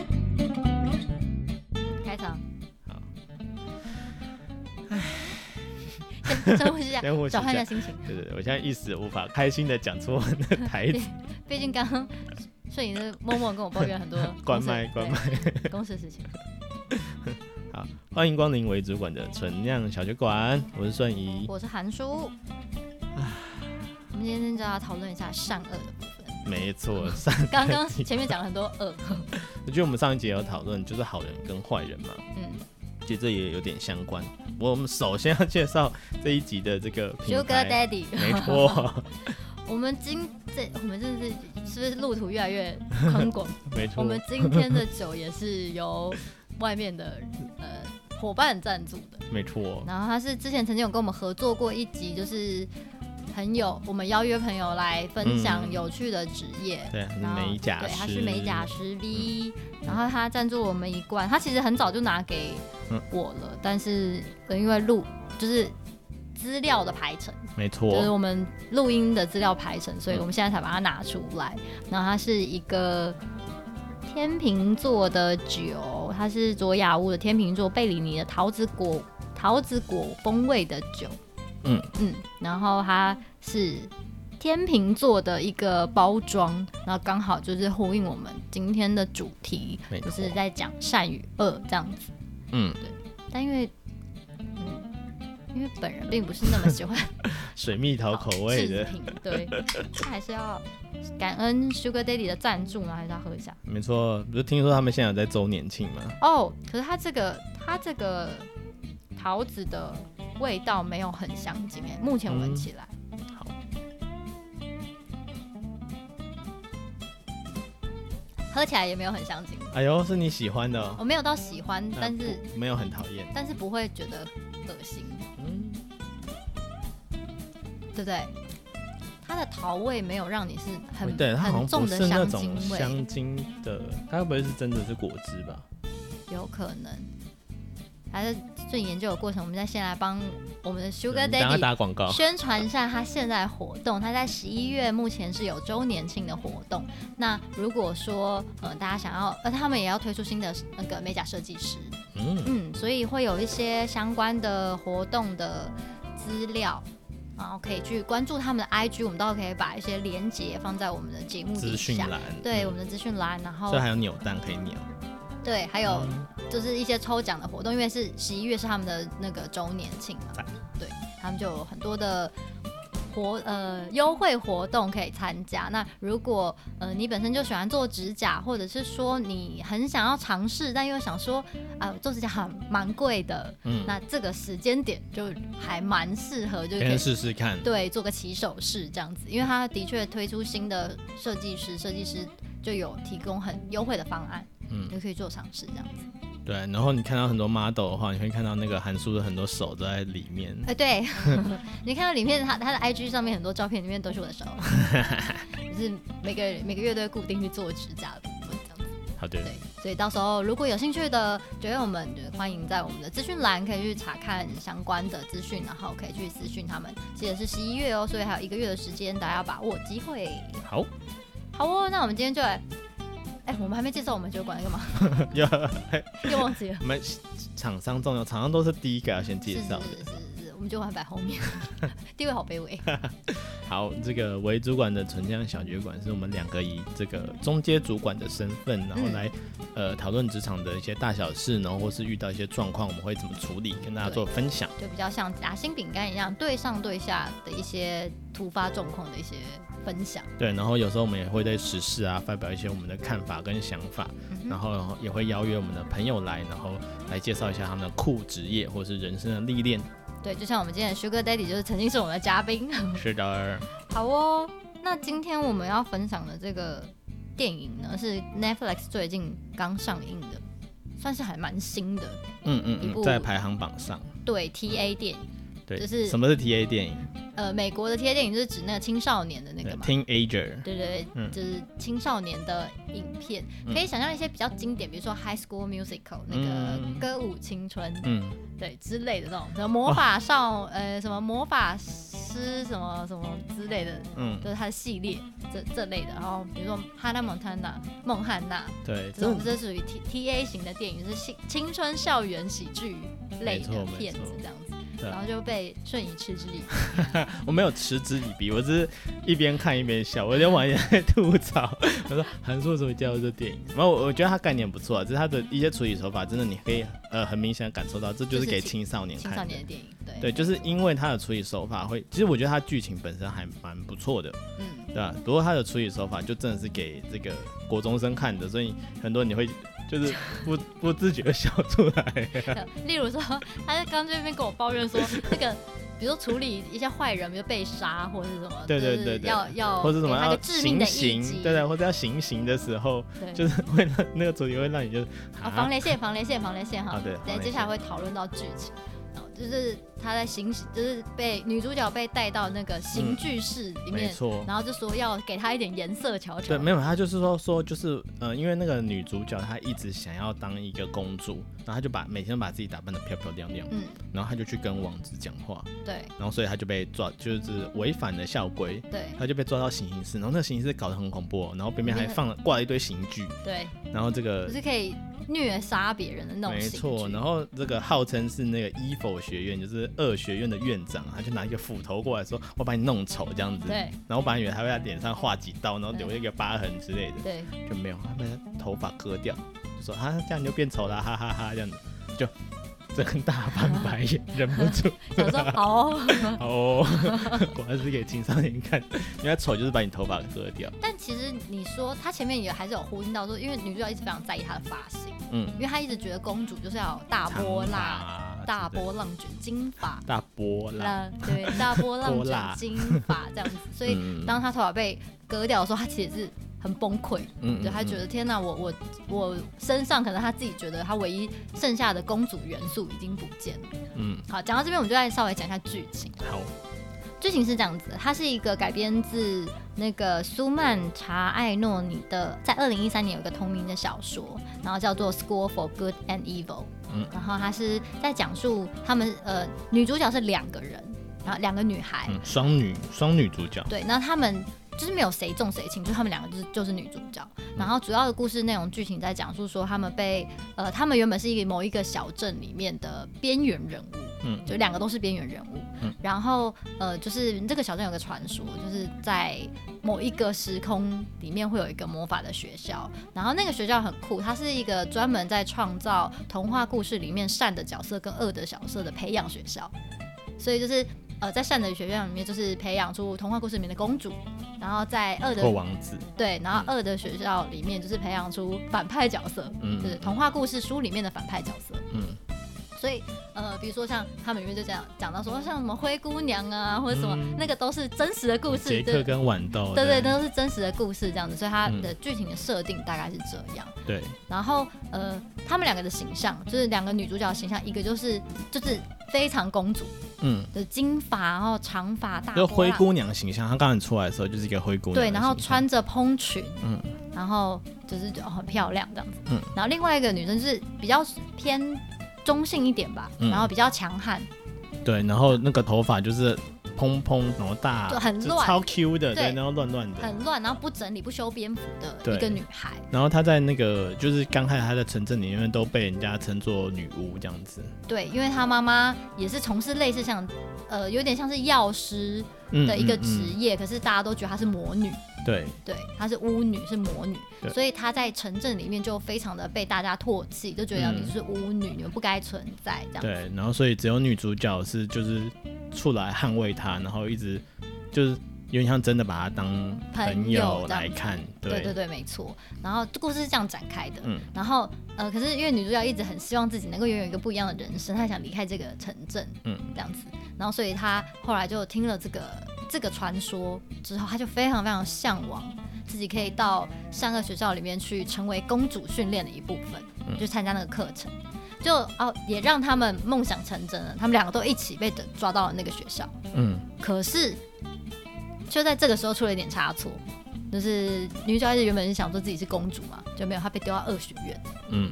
深呼吸一下，深呼吸一下转换一下心情。对对对，我现在一时无法开心的讲出我 的台词。毕竟刚 刚摄影师默默跟我抱怨很多关麦公司对 公司的事 情。欢迎光临为主管的存量小酒馆，我是顺仪。我是韩叔。我们今天就要讨论一下善恶的 部分。没错，上刚刚前面讲了很多 恶，我觉得我们上一节有讨论就是好人跟坏人嘛，嗯，其实这也有点相关。不过我们首先要介绍这一集的这个品 Sugar 牌， Daddy。没错，我们今这我们真的是是不是路途越来越宽广？没我 错，们今天的酒也是由外面的呃伙伴赞助的，没错，然后他是之前曾经有跟我们合作过一集，就是朋友我们邀约朋友来分享嗯有趣的职业。对，是然后美甲哦对，师，他是美甲师 V，、然后他赞助我们一罐，他其实很早就拿给嗯我了，但是呃因为录就是资料的排程，没就是错，我们录音的资料排程，所以我们现在才把它拿出来。然后它是一个天秤座的酒，它是卓雅屋的天秤座贝里尼的桃子果桃子果风味的酒。嗯嗯，然后它是天秤座的一个包装，然后刚好就是呼应我们今天的主题，没就错，是在讲善与恶这样子。嗯，但因为嗯，因为本人并不是那么喜欢。水蜜桃口味制的，品，对， 那还是要感恩 Sugar Daddy 的赞助，然后还是要喝一下。没错。不是听说他们现在有在周年庆吗？哦，可是它这个它这个桃子的味道没有很香精哎，目前闻起来。嗯好喝起来也没有很香精，哎呦，是你喜欢的、哦，我没有到喜欢，那但是不没有很讨厌，但是不会觉得恶心，嗯，对不对？它的桃味没有让你是很对，它好很像重不的是那香种精味，香精的，它会不会是真的是果汁吧？有可能。还是最研究的过程，我们再先来帮我们的 Sugar 嗯等下 Daddy 打广告， 宣传一下他现在的活动。他在十一月目前是有周年庆的活动。那如果说呃大家想要，呃他们也要推出新的那个美甲设计师，嗯，嗯，所以会有一些相关的活动的资料。然后可以去关注他们的 IG，我们到时候可以把一些连接放在我们的节目底资讯下，栏，对嗯我们的资讯栏，然后所以还有扭蛋可以扭，对还有嗯就是一些抽奖的活动，因为是十一月是他们的那个周年庆嘛在，对他们就有很多的活呃优惠活动可以参加。那如果呃你本身就喜欢做指甲，或者是说你很想要尝试，但又想说啊、做指甲很蛮贵的，嗯，那这个时间点就还蛮适合，就可以先试试看，对，做个起手式这样子，因为他的确推出新的设计师，设计师就有提供很优惠的方案，嗯嗯，就可以做尝试这样子。对，然后你看到很多 model 的话，你会看到那个韩叔的很多手都在里面，哎、对， 你看到里面他他的 IG 上面很多照片，里面都是我的 手，就是每个每个月都会固定去做指甲的部分这样子。好的，对，所以到时候如果有兴趣的酒友们，就欢迎在我们的资讯栏可以去查看相关的资讯，然后可以去私讯他们。记得是十一月哦，所以还有一个月的时间，大家要把握机会。好， 好哦，那我们今天就来。哎、我们还没介绍我们酒馆干嘛？有又忘记了。我们厂商重要，厂商都是第一个要先 介是是绍的。是是是，我们酒馆摆后面， 地位好卑微。好，这个为主管的纯酱小酒馆是我们两个以这个中阶主管的身份，然嗯后来、呃讨论职场的一些大小事，然后或是遇到一些状况，我们会怎么处理，跟大家做分享。就比较像夹心饼干一样，对上对下的一些突发状况的一些分享。对，然后有时候我们也会对时事啊发表一些我们的看法跟想法，嗯然哼，后也会邀约我们的朋友来，然后来介绍一下他们的酷职业或是人生的历练。对，就像我们今天的 Sugar Daddy 就是曾经是我们的嘉宾。 是嗯的，好哦，那今天我们要分享的这个电影呢，是 Netflix 最近刚上映的，算是还蛮新的。嗯嗯一部嗯，在排行榜上，对 TA 电影，对，就是什么是 TA 电影？呃，美国的 TA 电影就是指那个青少年的那对个嘛。 ，teenager，对对对，嗯就是青少年的影片，嗯可以想象一些比较经典，比如说《High School Musical》那个嗯歌舞青春，嗯，对之类的那种，什么魔法少哦呃什么魔法师什么什么之类的，嗯，就是它的系列这这类的。然后比如说《哈娜蒙塔娜》《孟汉娜》对，这种，这属于 T T A 型的电影，就是青青春校园喜剧类没错的没片子错这样子。对啊然后就被瞬移嗤之以鼻。我没有嗤之以鼻，我只是一边看一边笑，我就往人在吐槽。我说嗯韩硕怎么介绍这电影？然后我我觉得他概念不错、啊，就是他的一些处理手法，真的你可以呃很明显地感受到，这就就是是给青青少年青看少的。年的电影，对，对，就是因为他的处理手法会，其实我觉得他剧情本身还蛮不错的，嗯， 对吧、不过他的处理手法就真的是给这个国中生看的，所以很多你会就是 不不自觉地笑出来。例如说，他在刚这边跟我抱怨说，那个比如说处理一下坏人，比如被杀或者是什么，对对就是对对要要或者什给么啊他要个致命行的一刑击，，对对，或者要行刑的时候，对就是会让那个主题会让你就是啊，防雷线，防雷线，防雷线哈啊。对等防下雷接下来会讨论到剧情，然后就是他在刑，就是被女主角被带到那个刑具室里没面，错，然后就说要给他一点颜色瞧瞧。对，没有，他就是说说就是，呃，因为那个女主角她一直想要当一个公主，然后她就把每天都把自己打扮的漂漂亮亮，嗯，然后她就去跟王子讲话，对然后所以她就被抓，就是违反了校规，对她就被抓到行刑室，然后那个行刑室搞得很恐怖、哦，然后边边还放了挂了一堆刑具，对，然后这就个是可以虐杀别人的那种没刑具。错，然后这个号称是那个 evil 学院，就是恶学院的院长，啊他就拿一个斧头过来说，我把你弄丑这样子，对然后本来以为他会在脸上划几刀，然后留对一个疤痕之类的。对，就没有，他把头发割掉，就说啊，这样你就变丑了，哈哈哈这样子就睁大半白 眼，忍不 住想说好 哦，哦，果然是给青少年看，人家丑就是把你头发割掉，但其实你说他前面也还是有呼应到说，因为女主角一直非常在意她的发型，嗯，因为她一直觉得公主就是要有大波长发浪、啊大之类的波浪卷金发，大波浪，浪对大波浪波卷浪金发这样子，所以 嗯当他头发被割掉的时候，他其实是很崩溃，嗯对，他觉得天哪，我我我身上可能他自己觉得他唯一剩下的公主元素已经不见了。嗯好，讲到这边，我们就来稍微讲一下剧情。好，剧情是这样子的，它是一个改编自那个苏曼查艾诺尼的，在二零一三年有一个同名的小说，然后叫做《School for Good and Evil》。嗯然后它是在讲述他们呃，女主角是两个人，然后两个女孩，嗯，双女双女主角，对，那他们就是没有谁重谁轻，就他们两个就是就是女主角。嗯然后主要的故事内容剧情在讲述说，他们被呃，他们原本是一个某一个小镇里面的边缘人物，嗯就两个都是边缘人物。嗯然后呃，就是这个小镇有个传说，就是在某一个时空里面会有一个魔法的学校，然后那个学校很酷，它是一个专门在创造童话故事里面善的角色跟恶的角色的培养学校，所以就是呃，在善的学院里面就是培养出童话故事里面的公主，然后在恶的或王子，对，然后恶的学校里面就是培养出反派角色，嗯就是童话故事书里面的反派角色。嗯，所以呃，比如说像他们里面就这样讲到说，像什么灰姑娘啊，或者什么，嗯那个都是真实的故事，杰克跟嗯豌豆，对对，对都是真实的故事这样子，所以它的剧情的设定大概是这样。对，然后呃，他们两个的形象就是两个女主角的形象，一个就是就是非常公主，嗯。就是金发，然后长发大就波灰浪，姑娘形象，她刚才出来的时候就是一个灰姑娘的对，形象。然后穿着蓬裙，嗯然后就是就很漂亮这样子。嗯然后另外一个女生就是比较偏中性一点吧，嗯然后比较强悍，对，然后那个头发就是蓬蓬，然后大，就很就乱超 Q 的，对对，然后乱乱的。很乱，然后不整理、不修边幅的对一个女孩。然后她在那个就是刚开始她在城镇里面都被人家称作女巫这样子，对，因为她妈妈也是从事类似像，呃，有点像是药师嗯的一个职嗯业，可是大家都觉得她是魔女，嗯对，对，她是巫女，是魔女，对所以她在城镇里面就非常的被大家唾弃，就觉得嗯你就是巫女，你们不该存在这样。对，然后所以只有女主角是就是出来捍卫她，然后一直就是有点像真的把她当朋朋友友这样来看，对对对，没错。然后故事是这样展开的，嗯然后呃，可是因为女主角一直很希望自己能够拥有一个不一样的人生，她想离开这个城镇，嗯嗯，这样子。然后所以她后来就听了这个这个传说之后，她就非常非常向往自己可以到善恶学校里面去成为公主训练的一部分，嗯就参加那个课程。就哦，也让他们梦想成真了。他们两个都一起被抓到了那个学校，嗯，可是就在这个时候出了一点差错，就是女主角一直原本是想说自己是公主嘛，就没有她被丢到恶学院。嗯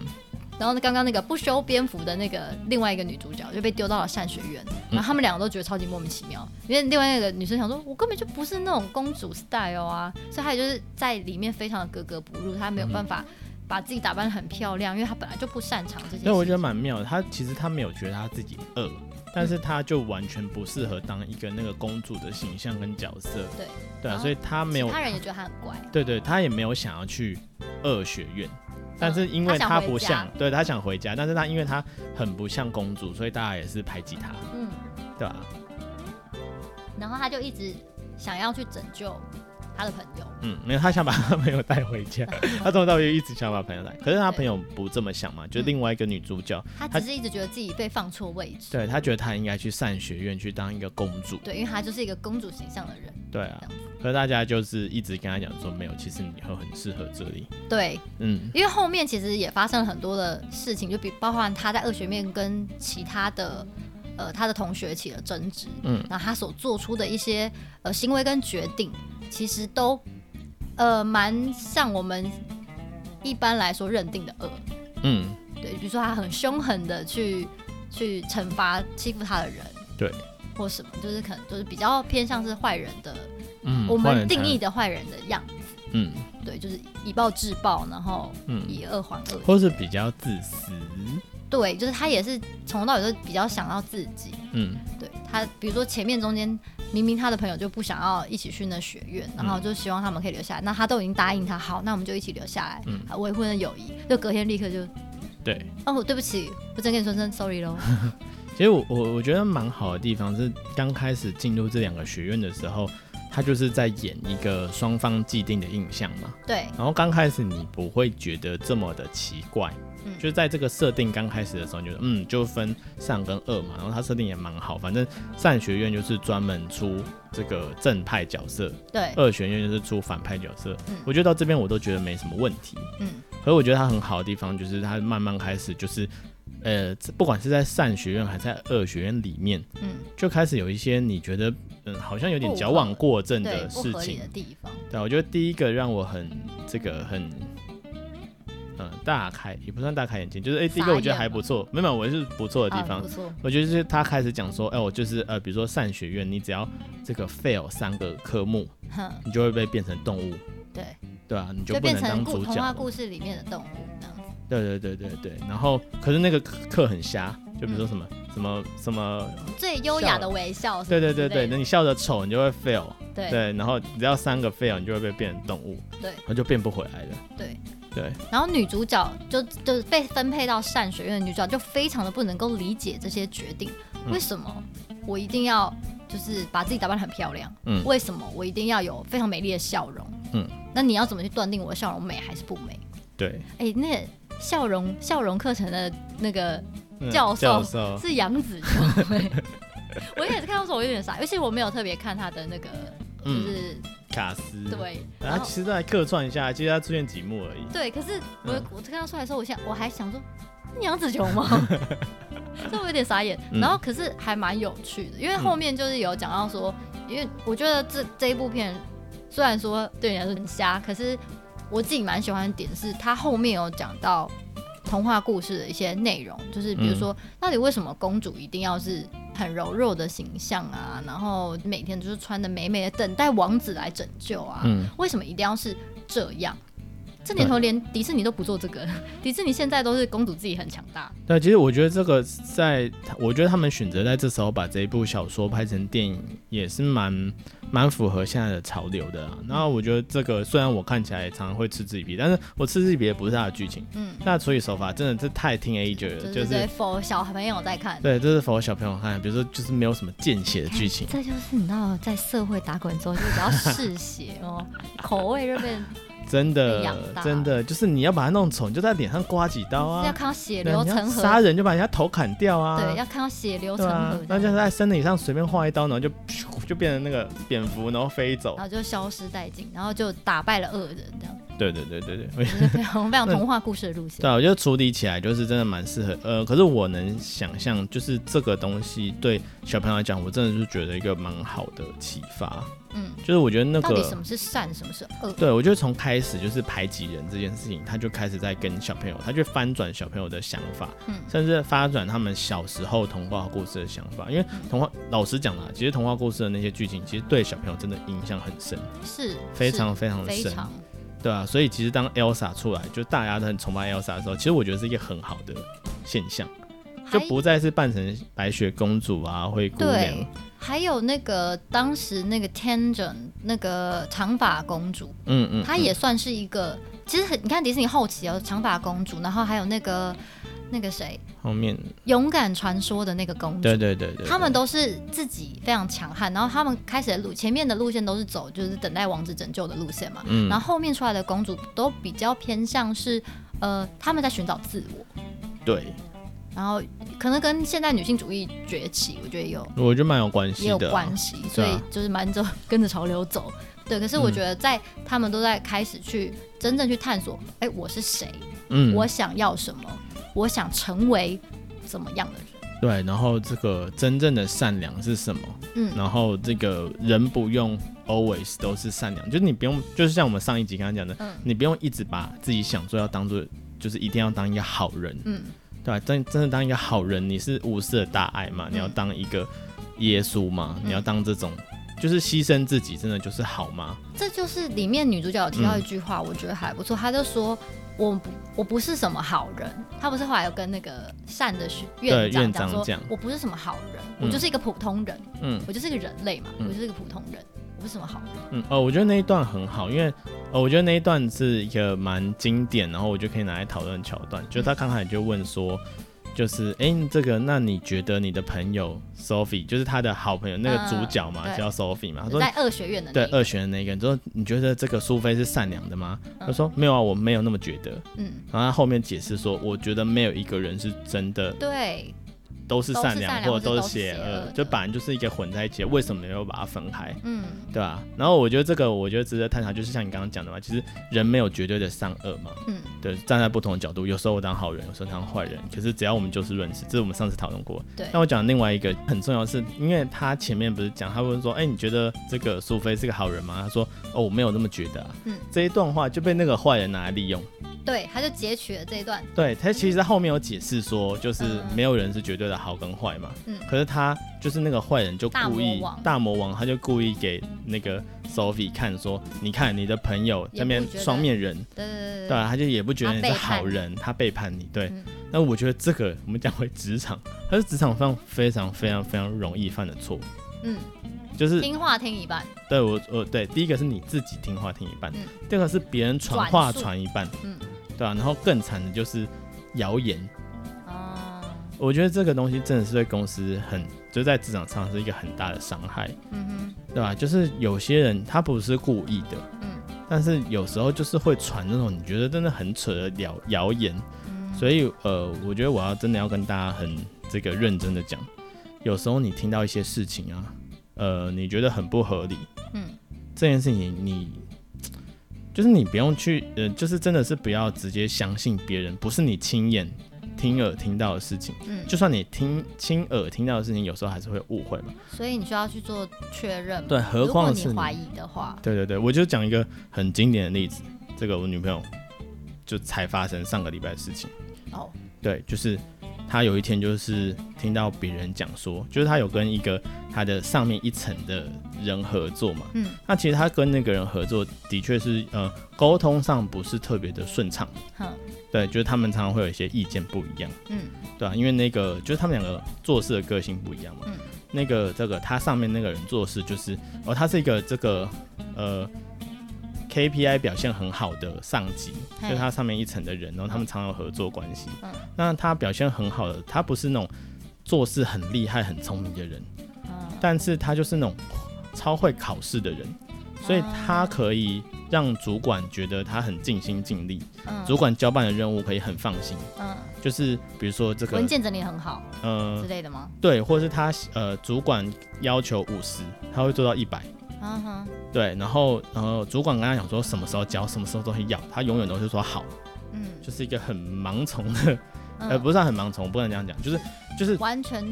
然后呢，刚刚那个不修边幅的那个另外一个女主角就被丢到了善学院，嗯然后他们两个都觉得超级莫名其妙，因为另外那个女生想说，我根本就不是嗯那种公主 style 啊，所以她也就是在里面非常的格格不入，她没有办法。把自己打扮得很漂亮，因为他本来就不擅长这些。但我觉得蛮妙的，他其实他没有觉得他自己饿，但嗯是他就完全不适合当一个那个公主的形象跟角色。对对啊，然后所以他没有其他人也觉得他很乖，对对，他也没有想要去恶学院，但是因嗯他为想他回不家像，对他想回家，但是他因为他很不像公主，所以大家也是排挤他，嗯，对吧、然后他就一直想要去拯救他的朋友，嗯，没有，他想把他朋友带 回家，他从头到尾一直想把朋友带，可是他对朋友不这么想嘛，就是嗯另外一个女主角，他他只是一直觉得自己被放错位置。对他觉得他应该去善学院去当一个公主，对，因为他就是一个公主形象的人。对啊这样子，可是大家就是一直跟他讲说没有，其实你会很适合这里，对，嗯，因为后面其实也发生了很多的事情，就比包含他在二学面跟其他的呃他的同学起了争执，嗯嗯，然后他所做出的一些呃行为跟决定，其实都呃蛮像我们一般来说认定的恶，嗯，对，比如说他很凶狠的去去惩罚欺负他的人，对，或什么，就是可能就是比较偏向是坏人的，嗯，我换人们定才义，的坏人的样子，嗯对，就是以暴制暴，然后嗯，以恶还恶，或是比较自私，对，就是他也是从头到尾都比较想要自己。嗯对他，比如说前面中间明明他的朋友就不想要一起去那学院，然嗯后就希望他们可以留下来，那他都已经答应他，好，那我们就一起留下来，嗯啊未婚的友谊，就隔天立刻就，对。哦，对不起，我真跟你说声 sorry 喽，其实我我我觉得蛮好的地方是，刚开始进入这两个学院的时候，他就是在演一个双方既定的印象嘛。对，然后刚开始你不会觉得这么的奇怪，嗯就是在这个设定刚开始的时候，你就嗯就分善跟恶嘛。然后他设定也蛮好，反正善学院就是专门出这个正派角色，对，二学院就是出反派角色。嗯我觉得到这边我都觉得没什么问题。嗯，可是我觉得它很好的地方就是它慢慢开始就是，呃，不管是在善学院还是在恶学院里面，嗯，就开始有一些你觉得嗯好像有点矫枉过正对，的不事合理情的。地方，对，啊我觉得第一个让我很这个很。嗯，大开也不算大开眼界，就是哎、第一傻个眼我觉得还吗不错，没有，没有我是不错的地啊方。不错，我觉得就是他开始讲说，哎、我就是呃，比如说善学院，你只要这个 fail 三个科目，哼，你就会被变成动物，对，对啊，你就不变能当成故主角童话了。故事里面的动物嗯这样子，对对对对对，然后可是那个课很瞎，就比如说什么、嗯什么什么，最优雅的微笑什对么对之对类的，对，那你笑得丑，你就会 fail，对对对，然后只要三个 fail，你就会被变成动物，对然后就变不回来了，对。对，然后女主角就就是被分配到善学院的女主角就非常的不能够理解这些决定，嗯为什么我一定要就是把自己打扮得很漂亮？嗯为什么我一定要有非常美丽的笑容？嗯，那你要怎么去断定我的笑容美还是不美？对，哎、那个笑容笑容课程的那个嗯教授教授，是杨紫琼、欸， 我一开始看到的时候我有点傻，尤其我没有特别看她的那个就嗯，是、卡斯，，对，然然后他后其实都来客串一下，其实他出现几幕而已，对，可是我、嗯我看到出来的时候，我想我还想说，是杨紫琼吗？ 所以我有点傻眼。嗯然后可是还蛮有趣的，因为后面就是有讲到说，因为我觉得这这一部片虽然说对你来说很瞎，可是我自己蛮喜欢的点是，它后面有讲到童话故事的一些内容，就是嗯比如说，到底为什么公主一定要是很柔弱的形象啊，然后每天就是穿的美美的，等待王子来拯救啊，嗯，为什么一定要是这样？这年头连迪士尼都不做这个， 迪士尼现在都是公主自己很强大。对，其实我觉得这个在，我觉得他们选择在这时候把这一部小说拍成电影，也是蛮蛮符合现在的潮流的啦。然后我觉得这个虽然我看起来常常会嗤之以鼻，但是我嗤之以鼻的不是它的剧情，嗯，它的处理手法真的是太 teenager 了，就对是对，for 小朋友在看。对，这是 for 小朋友看，比如说就是没有什么见血的剧情，哎这就是你知道，在社会打滚之后，就比较嗜血哦， 口味就变，真被养的大真的就是你要把它弄丑，你就在脸上刮几刀要啊，看到血对流你要成河，杀人就把人家头砍掉啊，对，要看到血流对成啊河，这那样，就是在身体上随便画一刀，然后就 就变成那个蝙蝠，然后飞走然。后就消失殆尽，然后就打败了恶人，这样， 对对对对对，我就是非常非常童话故事的路线对。啊，我觉得处理起来就是真的蛮适合。呃，可是我能想象，就是这个东西对小朋友来讲，我真的是觉得一个蛮好的启发。嗯，就是我觉得那到底什个，么是善，什么是恶？对我觉得从开始就是排挤人这件事情，他就开始在跟小朋友，他去翻转小朋友的想法，嗯甚至发展他们小时候童话故事的想法。因为嗯童话，老实讲啦，其实童话故事的那些剧情，其实对小朋友真的影响很深。是非常非常是的非深，常对啊，所以其实当 Elsa 出来，就大家都很崇拜 Elsa 的时候，其实我觉得是一个很好的现象，就还不再是扮成白雪公主啊、灰姑娘对，还有那个当时那个 Tangent 那个长发公主，嗯嗯，她嗯也算是一个，其实很你看迪士尼后期哦，长发公主，然后还有那个那个谁，后面，勇敢传说的那个公主，对对对对，对嗯他们都是自己非常强悍，然后他们开始的路前面的路线都是走就是等待王子拯救的路线嘛，嗯然后后面出来的公主都比较偏向是呃他们在寻找自我，对，然后可能跟现代女性主义崛起，我觉得也有我觉得蛮有关系也有的啊、关系，所对以啊就是蛮着跟着潮流走。 对，可是我嗯觉得在他们都在开始去真正去探索，哎、我是谁，嗯，我想要什么，我想成为怎么样的人。对，然后这个真正的善良是什么？嗯然后这个人不用 always 都是善良，就是你不用，就是像我们上一集刚刚讲的，嗯你不用一直把自己想做要当做，就是一定要当一个好人，嗯，对吧、真真的当一个好人，你是无私的大爱嘛？你要当一个耶稣嘛？你要当这种，就是牺牲自己，真的就是好吗？这就是里面女主角有提到一句嗯话，我觉得还不错，她就说。我不，我不是什么好人。她不是后来有跟那个善的学院对长院长讲说，讲我不是什么好人，嗯我就是一个普通人，嗯我就是一个人类嘛，嗯我就是一个普通人，我不是什么好人。嗯，哦，我觉得那一段很好，因为呃，我觉得那一段是一个蛮经典，然后我就可以拿来讨论桥段。就他刚才就问说，就是哎、诶这个，那你觉得你的朋友 Sophie，就是他的好朋友那个主角嘛，嗯对叫 Sophie 嘛，他就说在恶学院的对那一二选的那个，你说你觉得这个苏菲是善良的吗？嗯他说没有啊，我没有那么觉得。嗯，然后他后面解释说，我觉得没有一个人是真的对，都是都是善良，善良或者或者都都是是邪邪恶恶，的就本来就是一个混在一起的，为什么要把它分开？嗯对啊，然后我觉得这个我觉得值得探讨，就是像你刚刚讲的嘛，其实人没有绝对的善恶嘛，嗯，对，站在不同的角度，有时候我当好人，有时候当坏人，可是只要我们就事论事，这是我们上次讨论过。对那我讲另外一个很重要的是，因为他前面不是讲，他问说，哎、你觉得这个苏菲是个好人吗？他说，哦，我没有那么觉得、啊。嗯，这一段话就被那个坏人拿来利用。对，他就截取了这一段，对他其实他后面有解释说，就是嗯没有人是绝对的好跟坏嘛。嗯可是他就是那个坏人就故大意魔王大魔王，他就故意给那个 Sophie 看说，你看你的朋友也那边不觉得双面人，对对对对对啊吧、他就也不觉得你他是背叛好人，他背叛你。对嗯，那、我觉得这个我们讲回职场，他是职场上非常非常非常容易犯的错，嗯，就是听话听一半，对我我对第一个是你自己听话听一半，嗯第二个是别人传话转述传一半，嗯对啊吧、然后更惨的就是谣言。哦，我觉得这个东西真的是对公司很，就在职场上是一个很大的伤害，嗯对吧？就是有些人他不是故意的，哼，嗯但是有时候就是会传那种你觉得真的很扯的谣谣言，嗯，所以呃，我觉得我要真的要跟大家很这个认真的讲，有时候你听到一些事情啊，呃，你觉得很不合理，嗯这件事情你。就是你不用去，呃，就是真的是不要直接相信别人，不是你亲眼听耳听到的事情。嗯，就算你听亲耳听到的事情，有时候还是会误会嘛。所以你需要去做确认嘛，对，何如果况你是你怀疑的话，对对对，我就讲一个很经典的例子，这个我女朋友就才发生上个礼拜的事情。哦，对，就是她有一天就是听到别人讲说，就是她有跟一个她的上面一层的人合作嘛。嗯。那其实她跟那个人合作，的确是呃沟通上不是特别的顺畅。哼，对，就是他们常常会有一些意见不一样。嗯对啊，因为那个就是他们两个做事的个性不一样嘛。嗯那个这个他上面那个人做事就是哦，他是一个这个呃 KPI 表现很好的上级，嘿就是他上面一层的人，然后他们常常有合作关系。嗯那他表现很好的，他不是那种做事很厉害、很聪明的人，嗯但是他就是那种超会考试的人，所以啊他可以让主管觉得他很尽心尽力，嗯主管交办的任务可以很放心。嗯，就是比如说这个文件整理很好呃之类的吗？对，或是他呃主管要求五十，他会做到一百。嗯哼，对，然后呃主管跟他讲说什么时候交，什么时候东西要，他永远都是说好，嗯就是一个很盲从的，呃嗯，不是很盲从，不能这样讲，就是就是完全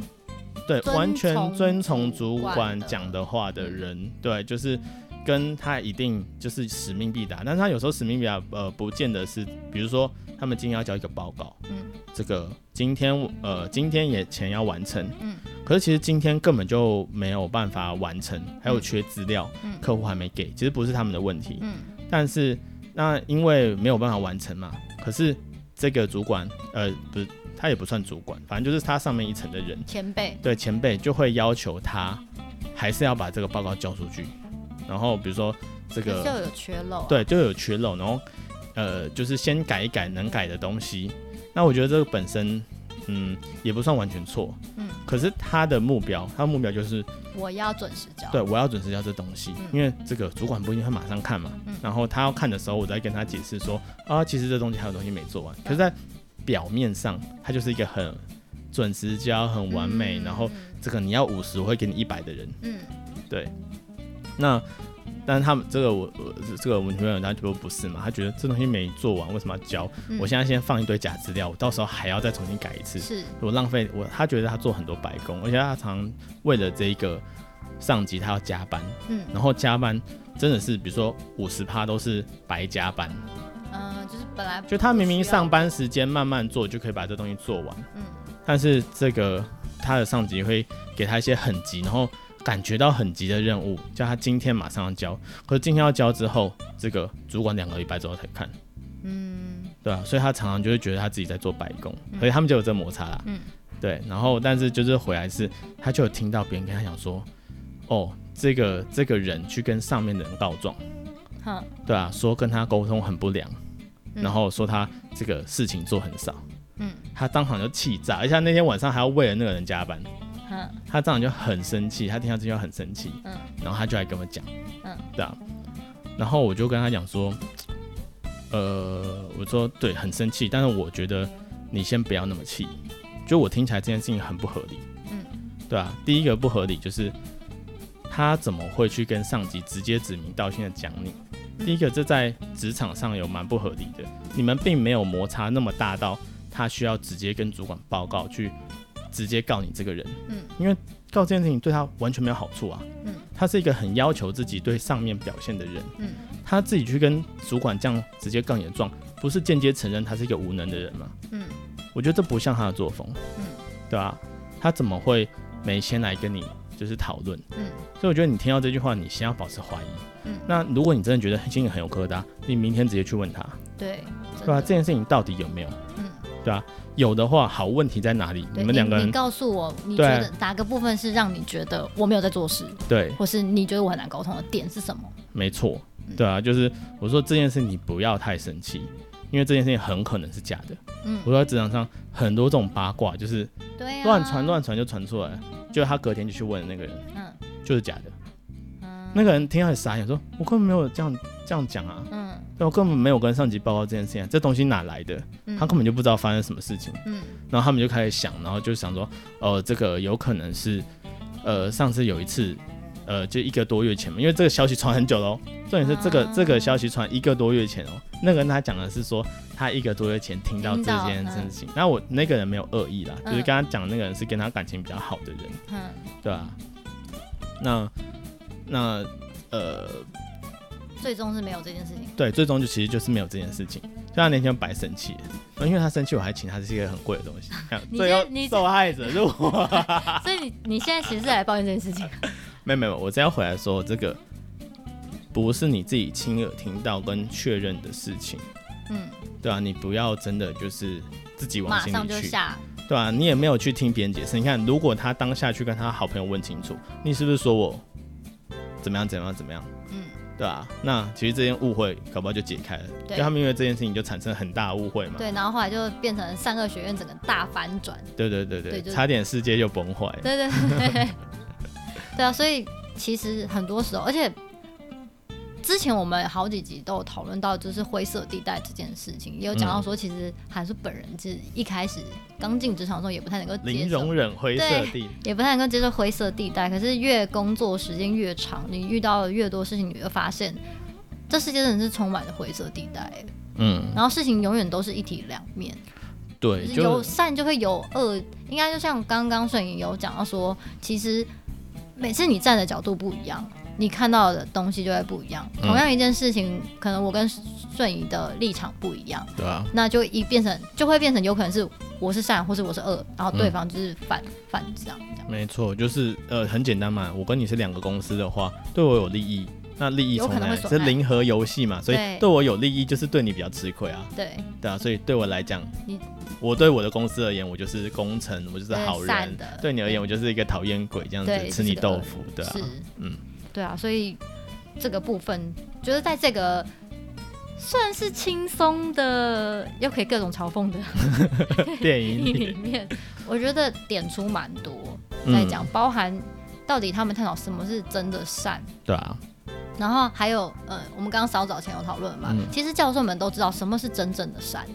对遵完全从遵从主主管管的嗯讲的话的人，对，就是跟他一定就是使命必达，但是他有时候使命必达，呃，不见得是，比如说他们今天要交一个报告，嗯，这个今天呃今天也前要完成，嗯，可是其实今天根本就没有办法完成，还有缺资料，嗯客户还没给，其实不是他们的问题，嗯但是那因为没有办法完成嘛，可是这个主管，呃，不是他也不算主管，反正就是他上面一层的人，前辈，对前辈就会要求他还是要把这个报告交出去。然后比如说这可个是就有缺漏、啊。，对，就有缺漏，然后呃，就是先改一改能改的东西。那我觉得这个本身，嗯，也不算完全错，嗯嗯。可是他的目标，他的目标就是，啊我要准时交。对我要准时交这东西，因为这个主管不一定会马上看嘛。嗯然后他要看的时候，我再跟他解释说，啊，其实这东西还有东西没做嗯完。可是，在表面上，他就是一个很准时交、很完美，然后这个你要五十，我会给你一百的人。嗯，那但是他们这个我我这个我女朋友她就不是嘛，她觉得这东西没做完，为什么要交？嗯我现在先放一堆假资料，我到时候还要再重新改一次，是我浪费我。她觉得她做很多白工，而且她常为了这一个上级，她要加班，嗯然后加班真的是比如说五十趴都是白加班，嗯、呃就是本来就她明明不需要上班时间慢慢做就可以把这东西做完，嗯但是这个她的上级会给她一些很急，然后感觉到很急的任务，叫她今天马上要交。可是今天要交之后，这个主管两个礼拜之后才看，嗯对啊，所以她常常就会觉得她自己在做白工，所以他们就有这摩擦啦。嗯对，然后但是就是回来是，她就有听到别人跟她讲说，哦，这个这个人去跟上面的人告状，哼对啊，说跟他沟通很不良，嗯然后说他这个事情做很少，嗯他当场就气炸，而且他那天晚上还要为了那个人加班，哼他当场就很生气，他听到这句话很生气，嗯然后他就来跟我讲，嗯，对啊，然后我就跟他讲说，呃，我说对，很生气，但是我觉得你先不要那么气，就我听起来这件事情很不合理，嗯，对啊，第一个不合理就是他怎么会去跟上级直接指名道姓的讲你？嗯第一个，这在职场上有蛮不合理的，你们并没有摩擦那么大到他需要直接跟主管报告去直接告你这个人，嗯，因为告这件事情对他完全没有好处啊，嗯，他是一个很要求自己对上面表现的人，嗯，他自己去跟主管这样直接告你的状，不是间接承认他是一个无能的人吗？嗯，我觉得这不像他的作风，嗯，对啊，他怎么会没先来跟你就是讨论？嗯，所以我觉得你听到这句话，你先要保持怀疑。嗯那如果你真的觉得心里很有疙瘩，你明天直接去问他，对，真对吧、的这件事情到底有没有？嗯，对啊，有的话，好问题在哪里？对哎你们两个你人你告诉我，你觉对得哪个部分是让你觉得我没有在做事，对，或是你觉得我很难沟通的点是什么？没错，嗯对啊，就是我说这件事你不要太生气，因为这件事情很可能是假的。嗯我说在职场上很多这种八卦，就是对啊，乱传，乱传就传出来，就他隔天就去问那个人，嗯就是假的。嗯那个人听到很傻眼，说：“我根本没有这样这样讲啊，嗯对我根本没有跟上级报告这件事情、啊，这东西哪来的？嗯他根本就不知道发生什么事情。”嗯然后他们就开始想，然后就想说，呃，这个有可能是，呃，上次有一次，呃，就一个多月前嘛，因为这个消息传很久喽。重点是这个、啊这个消息传一个多月前哦，那个人他讲的是说他一个多月前听到这件事情，那我那个人没有恶意啦，嗯就是跟他讲的那个人是跟他感情比较好的人，嗯对吧、啊那那呃，最终是没有这件事情。对，最终就其实就是没有这件事情，所以他那天白生气了，呃因为他生气我还请他是一个很贵的东西，你最后这你这受害者是我。 啊所以你你现在其实是来抱怨这件事情，哎没有没有，我只要回来说这个不是你自己亲耳听到跟确认的事情，嗯，对啊，你不要真的就是自己往马心上就里去，下，对啊，你也没有去听别人解释。你看，如果他当下去跟他好朋友问清楚，你是不是说我怎么样怎么样怎么样？嗯，对啊，那其实这件误会搞不好就解开了，对就他们因为这件事情就产生很大的误会嘛。对，然后后来就变成善恶学院整个大反转，对对对对对，就差点世界就崩坏了。对对对对，对啊，所以其实很多时候，而且之前我们好几集都有讨论到，就是灰色地带这件事情，也有讲嗯到说，其实韩素本人是一开始刚进职场的时候也不太能够接零受，容忍灰色地，也不太能够接受灰色地带。可是越工作时间越长，你遇到的越多事情，你会发现这世界真的是充满了灰色地带，嗯，然后事情永远都是一体两面。对，就是就有善就会有恶，应该就像刚刚顺颖有讲到说，其实每次你站的角度不一样，你看到的东西就会不一样。嗯同样一件事情，可能我跟顺颖的立场不一样，对啊，那就一变成就会变成有可能是我是善，或是我是恶，然后嗯对方就是反、反这样这样。没错，就是呃，很简单嘛。我跟你是两个公司的话，对我有利益，那利益有从可能哪会来？损是害零和游戏嘛，所以对对我有利益就是对你比较吃亏啊，对，对啊，所以对我来讲你，我对我的公司而言，我就是功臣，我就是好对善人；的，对你而言，我就是一个讨厌鬼，这样对子吃你就是个恶豆人腐，对啊是，，嗯，对啊，所以这个部分觉得在这个算是轻松的，又可以各种嘲讽的电议影题里里面，我觉得点出蛮多 嗯在讲，包含到底他们探讨什么是真的善。对啊，然后还有，呃，我们刚刚稍早前有讨论嘛，嗯其实教授们都知道什么是真正的善，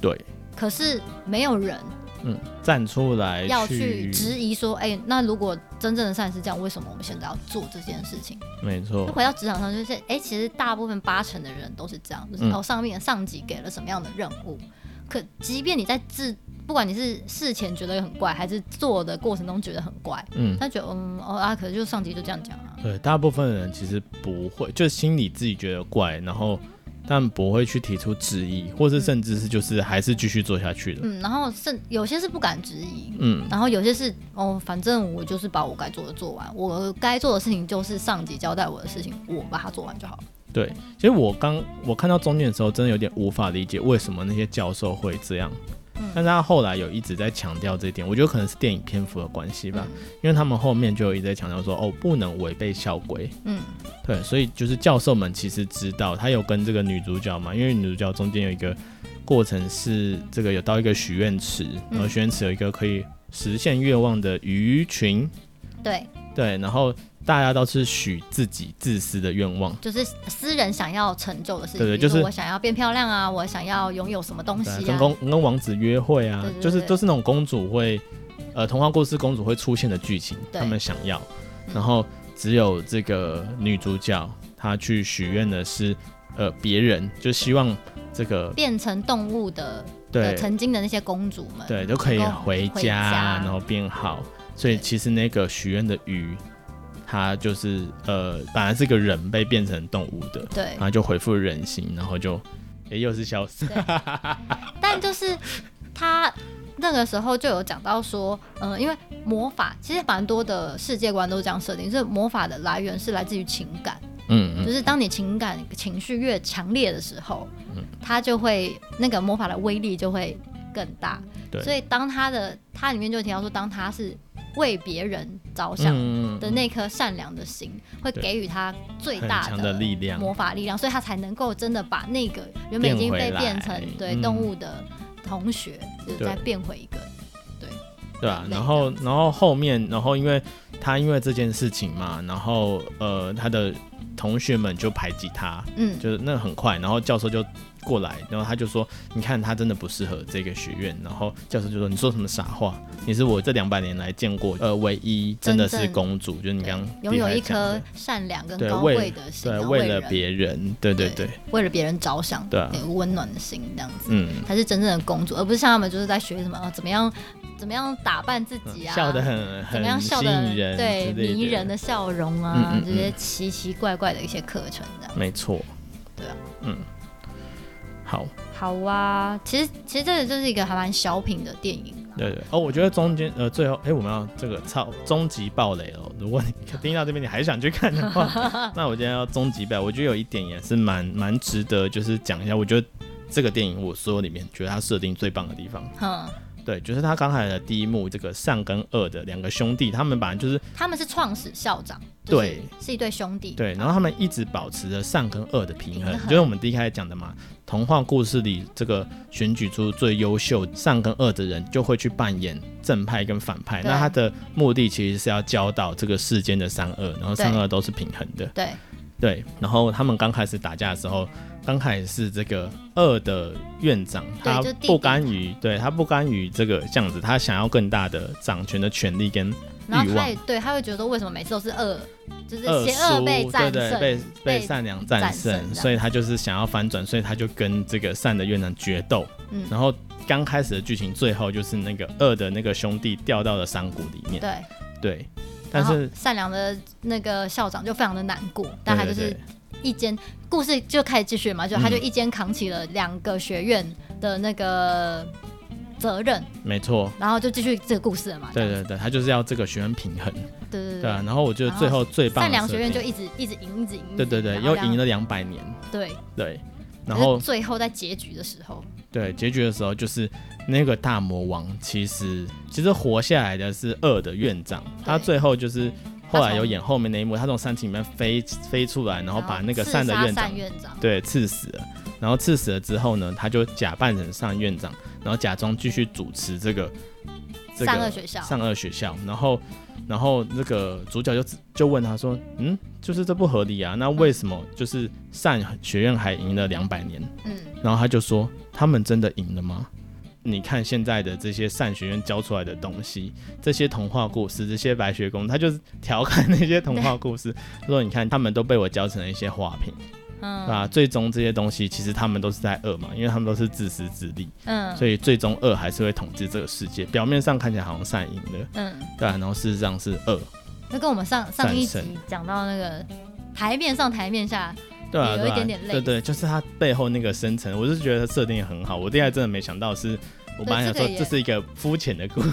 对，可是没有人嗯，站出来要去质疑说，哎、那如果真正的善是这样，为什么我们现在要做这件事情？没就错，回到职场上，就是哎、诶其实大部分八成的人都是这样，就是、嗯哦，上面上级给了什么样的任务，可即便你在自，不管你是事前觉得很怪，还是做的过程中觉得很怪，嗯。他觉得嗯哦啊，可能就上级就这样讲啊，对，大部分人其实不会，就心里自己觉得怪，然后但不会去提出质疑，或是甚至是就是还是继续做下去的。嗯，然后甚有些是不敢质疑。嗯，然后有些是哦，反正我就是把我该做的做完，我该做的事情就是上级交代我的事情，我把它做完就好了。对。其实我刚我看到中间的时候，真的有点无法理解为什么那些教授会这样。但是他后来有一直在强调这一点，我觉得可能是电影篇幅的关系吧，因为他们后面就有一直在强调说，哦，不能违背校规。嗯，对，所以就是教授们其实知道，他有跟这个女主角嘛，因为女主角中间有一个过程是这个有到一个许愿池，然后许愿池有一个可以实现愿望的鱼群，对，对，然后大家都是许自己自私的愿望。就是私人想要成就的事情，对对比如说就是我想要变漂亮啊，我想要拥有什么东西对啊啊，跟公跟王子约会啊，对对对就是对都是那种公主会，呃，童话故事公主会出现的剧情，对他们想要，嗯然后只有这个女主角她去许愿的是，呃，别人就希望这个变成动物的的对曾经的那些公主们，对都可以能够回家，回家然后变好，所以对其实那个许愿的鱼，它就是呃，本来是个人被变成动物的，对然后就恢复人形，然后就也、又是消失，但就是他那个时候就有讲到说，嗯、因为魔法其实蛮多的世界观都是这样设定，就是魔法的来源是来自于情感，嗯嗯，就是当你情感情绪越强烈的时候，嗯它就会那个魔法的威力就会更大。对所以当他的他里面就提到说，当他是为别人着想嗯嗯的那颗善良的心，会对给予他最很大强的力量，魔法力量，所以他才能够真的把那个原本已经被变回来变成对嗯动物的同学，就是对再变回一个。对啊，类然这后样然后后面，然后因为他因为这件事情嘛，然后呃他的同学们就排挤他，嗯，就是那很快，然后教授就过来，然后他就说，你看他真的不适合这个学院，然后教授就说，你说什么傻话？你是我这两百年来见过呃唯一真的真是正公主，就是你对刚拥厉有害一讲颗的善良跟对高为贵的心，对然后为人了别人，对对对对，为了别人着想，对啊有温暖的心这样子。嗯，才是真正的公主，而不是像他们就是在学什么、呃、怎么样怎么样打扮自己啊，嗯笑得很怎么样很吸笑引的人，对迷人的，的笑容啊，嗯嗯嗯这些奇奇怪怪的一些课程这样。没错，对啊，嗯，好。好啊，其实其实这个就是一个还蛮小品的电影啦。对对哦，我觉得中间呃，最后哎、诶我们要这个超终极暴雷哦。如果你听到这边你还想去看的话，那我今天要终极暴，我觉得有一点也是蛮蛮值得，就是讲一下。我觉得这个电影我所有里面觉得它设定最棒的地方，哼，对，就是它刚才的第一幕，这个善跟恶的两个兄弟，他们本来就是他们是创始校长，就是对，是一对兄弟，对，然后他们一直保持着善跟恶的平衡平，衡就是我们第一开始讲的嘛。童话故事里，这个选举出最优秀善跟恶的人，就会去扮演正派跟反派。对那他的目的其实是要教导这个世间的善恶，然后善对恶都是平衡的。对，对，然后他们刚开始打架的时候，刚开始是这个恶的院长，对他就弟弟不甘于，对他不甘于这个这样子，他想要更大的掌权的权利跟然欲后望他也对他会觉得说为什么每次都是恶，就是恶呃邪恶输，被对战对，胜，被被被善良战战胜胜，这样所以他就是想要反转，所以他就跟这个善的越南决斗。嗯然后刚开始的剧情最后就是那个恶的那个兄弟掉到了山谷里面，对，对，但然后是善良的那个校长就非常的难过，但他对就对是一肩故事就开始继续嘛，就他嗯就一肩扛起了两个学院的那个责任，没错，然后就继续这个故事了嘛。对这样对子对，他就是要这个学生平衡，对对对啊。对，然后我觉得最后最棒的善良学院就设定一直一直赢，一直赢。对对对，又赢了。了两百年，对，对。可然是后最后在结局的时候，对结局的时候，就是那个大魔王其实其实活下来的是二的院长，他最后就是后来有演后面那一幕，他从山群里面飞飞出来，然后把那个刺善的杀院长单院长对，刺死了。然后刺死了之后呢，他就假扮成上院长，然后假装继续主持这个这善恶个学校上二学校。然后，然后那个主角就就问他说：“嗯，就是这不合理啊，那为什么就是善学院还赢了两百年？”嗯，然后他就说：“他们真的赢了吗？你看现在的这些善学院教出来的东西，这些童话故事，这些白雪公主，他就是调侃那些童话故事，他说你看他们都被我教成了一些花瓶。”嗯啊，最终这些东西其实他们都是在恶嘛，因为他们都是自私自利，嗯所以最终恶还是会统治这个世界。表面上看起来好像善赢了，嗯，对、啊，然后事实上是恶，那跟我们上上一战集讲到那个台面上台面下，对啊，有一对啊点点类对对，就是它背后那个深层，我是觉得它设定也很好。我第二真的没想到是，我本来想对这说个也这是一个肤浅的故事，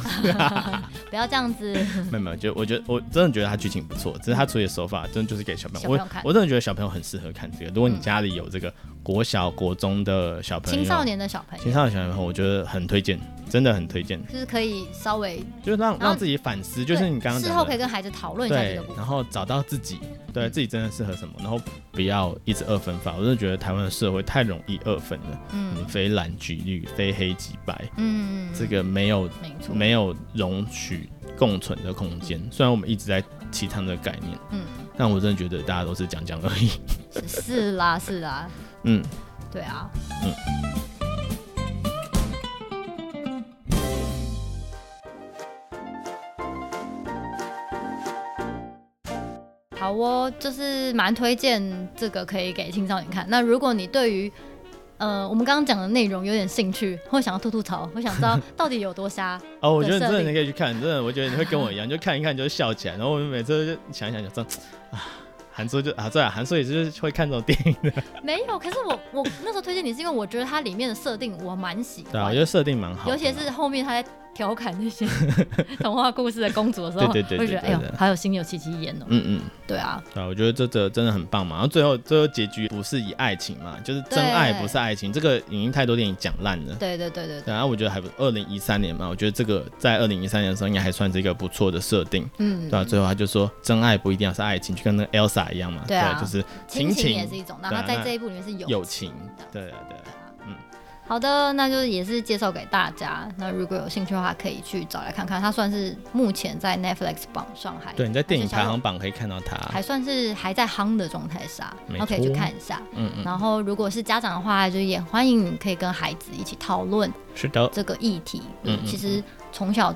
不要这样 子，没有没有，就我觉得我真的觉得它剧情不错，只是它处理的手法真的就是给小朋友，小朋友我看嗯我真的觉得小朋友很适合看这个。如果你家里有这个国小、国中的小朋友，青少年的小朋青友。少年小朋友，我觉得很推荐，真的很推荐。就是可以稍微，就是让然后让自己反思，就是对你刚刚事讲后可以的，跟孩子讨论一下这对个部，分然。后找到自己，对嗯自己真的适合什么，然后不要一直二分法。我真的觉得台湾的社会太容易二分了，嗯，嗯非蓝即绿，非黑即白，嗯，这个没有没错，没有容许共存的空间。虽然我们一直在提倡这个概念，嗯，但我真的觉得大家都是讲讲而已，是是啦是啦，嗯。对啊，好哦，就是蛮推荐这个可以给青少年看。那如果你对于呃，我们刚刚讲的内容有点兴趣，或想要吐吐槽，或想知 道到底有多瞎，哦，我的觉得你设真的定你可以去看，真的，我觉得你会跟我 一样，就看一看就笑起来，然后我们每次就想一想就这样啊，韩叔就啊，对啊，韩叔也就是会看这种电影的，没有。可是我我那时候推荐你是因为我觉得它里面的设定我蛮喜对啊，我欢觉的，得设定蛮好的尤啦，其是后面他在调侃那 些童话故事的公主的时候，对对对对我就觉得哎对对呦对，好有心有戚戚焉哦。嗯嗯，对啊，对啊，我觉得这这真的很棒嘛。然后最后最后结局不是以爱情嘛，就是真爱不是爱情，这个已经太多电影讲烂了。对对对对对，然啊后我觉得还不，二零一三年嘛，我觉得这个在二零一三年的时候应该还算是一个不错的设定，嗯对，啊吧、最后他就说真爱不一定要是爱情，就跟那个 Elsa 一样嘛，对啊就是亲情情也是一种，那对啊他在那这一部里面是有友情的，对啊对对，好的，那就是也是介绍给大家。那如果有兴趣的话，可以去找来看看。它算是目前在 Netflix 榜上还对，你在电影排还是行榜可以看到它，还算是还在夯的状态下，然没后可以去错看一下。嗯嗯，然后如果是家长的话，就也欢迎你可以跟孩子一起讨论是的，这个议题。嗯嗯其实从小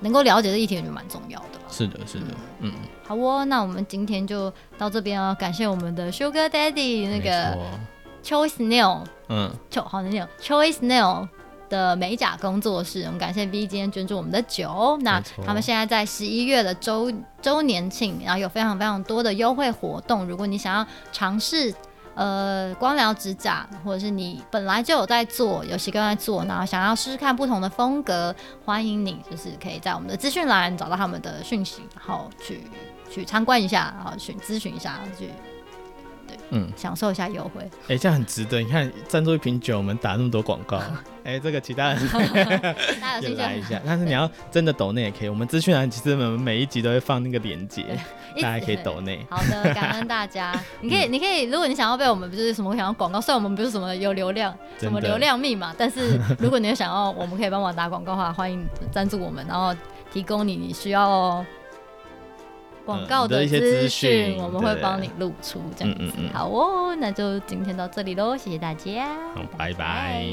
能够了解这议题，我觉得蛮重要的吧。是的，是的，嗯，好哦，那我们今天就到这边哦，感谢我们的 Sugar Daddy 那没个错 Choice Nail。嗯，就好难念，Choice Nail 的美甲工作室，我们感谢 V 今天捐助我们的酒。那没错他们现在在十一月的周周年庆，然后有非常非常多的优惠活动，如果你想要尝试。呃，光疗指甲，或者是你本来就有在做，有习惯在做，然后想要试试看不同的风格，欢迎你，就是可以在我们的资讯栏找到他们的讯息，然后去去参观一下，然后去咨询一下，去对，嗯享受一下优惠。哎、这样很值得。你看，赞助一瓶酒，我们打那么多广 告，哎、这个其他人大家有也兴趣的话来一下。但是你要真的抖内也可以，我们资讯栏其实我们每一集都会放那个链接，一大家直可以抖内。嗯好 的，感恩大家。你可以，你可以，如果你想要被我们就是什么想要广告，虽然我们不是什么有流量，什真么的流量密 码，但是如果你有想要我们可以帮忙打广告的话，欢迎赞助我们，然后提供你你需要广告嗯你的一些资资讯我们会对帮你露出这样子。嗯嗯嗯好哦，那就今天到这里喽，谢谢大家，好，拜拜